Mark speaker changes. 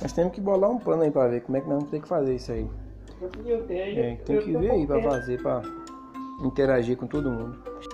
Speaker 1: Nós temos que bolar um plano aí pra ver como é que nós vamos ter que fazer isso aí.
Speaker 2: Eu tenho.
Speaker 1: É, tem que ver aí pra fazer, pra interagir com todo mundo.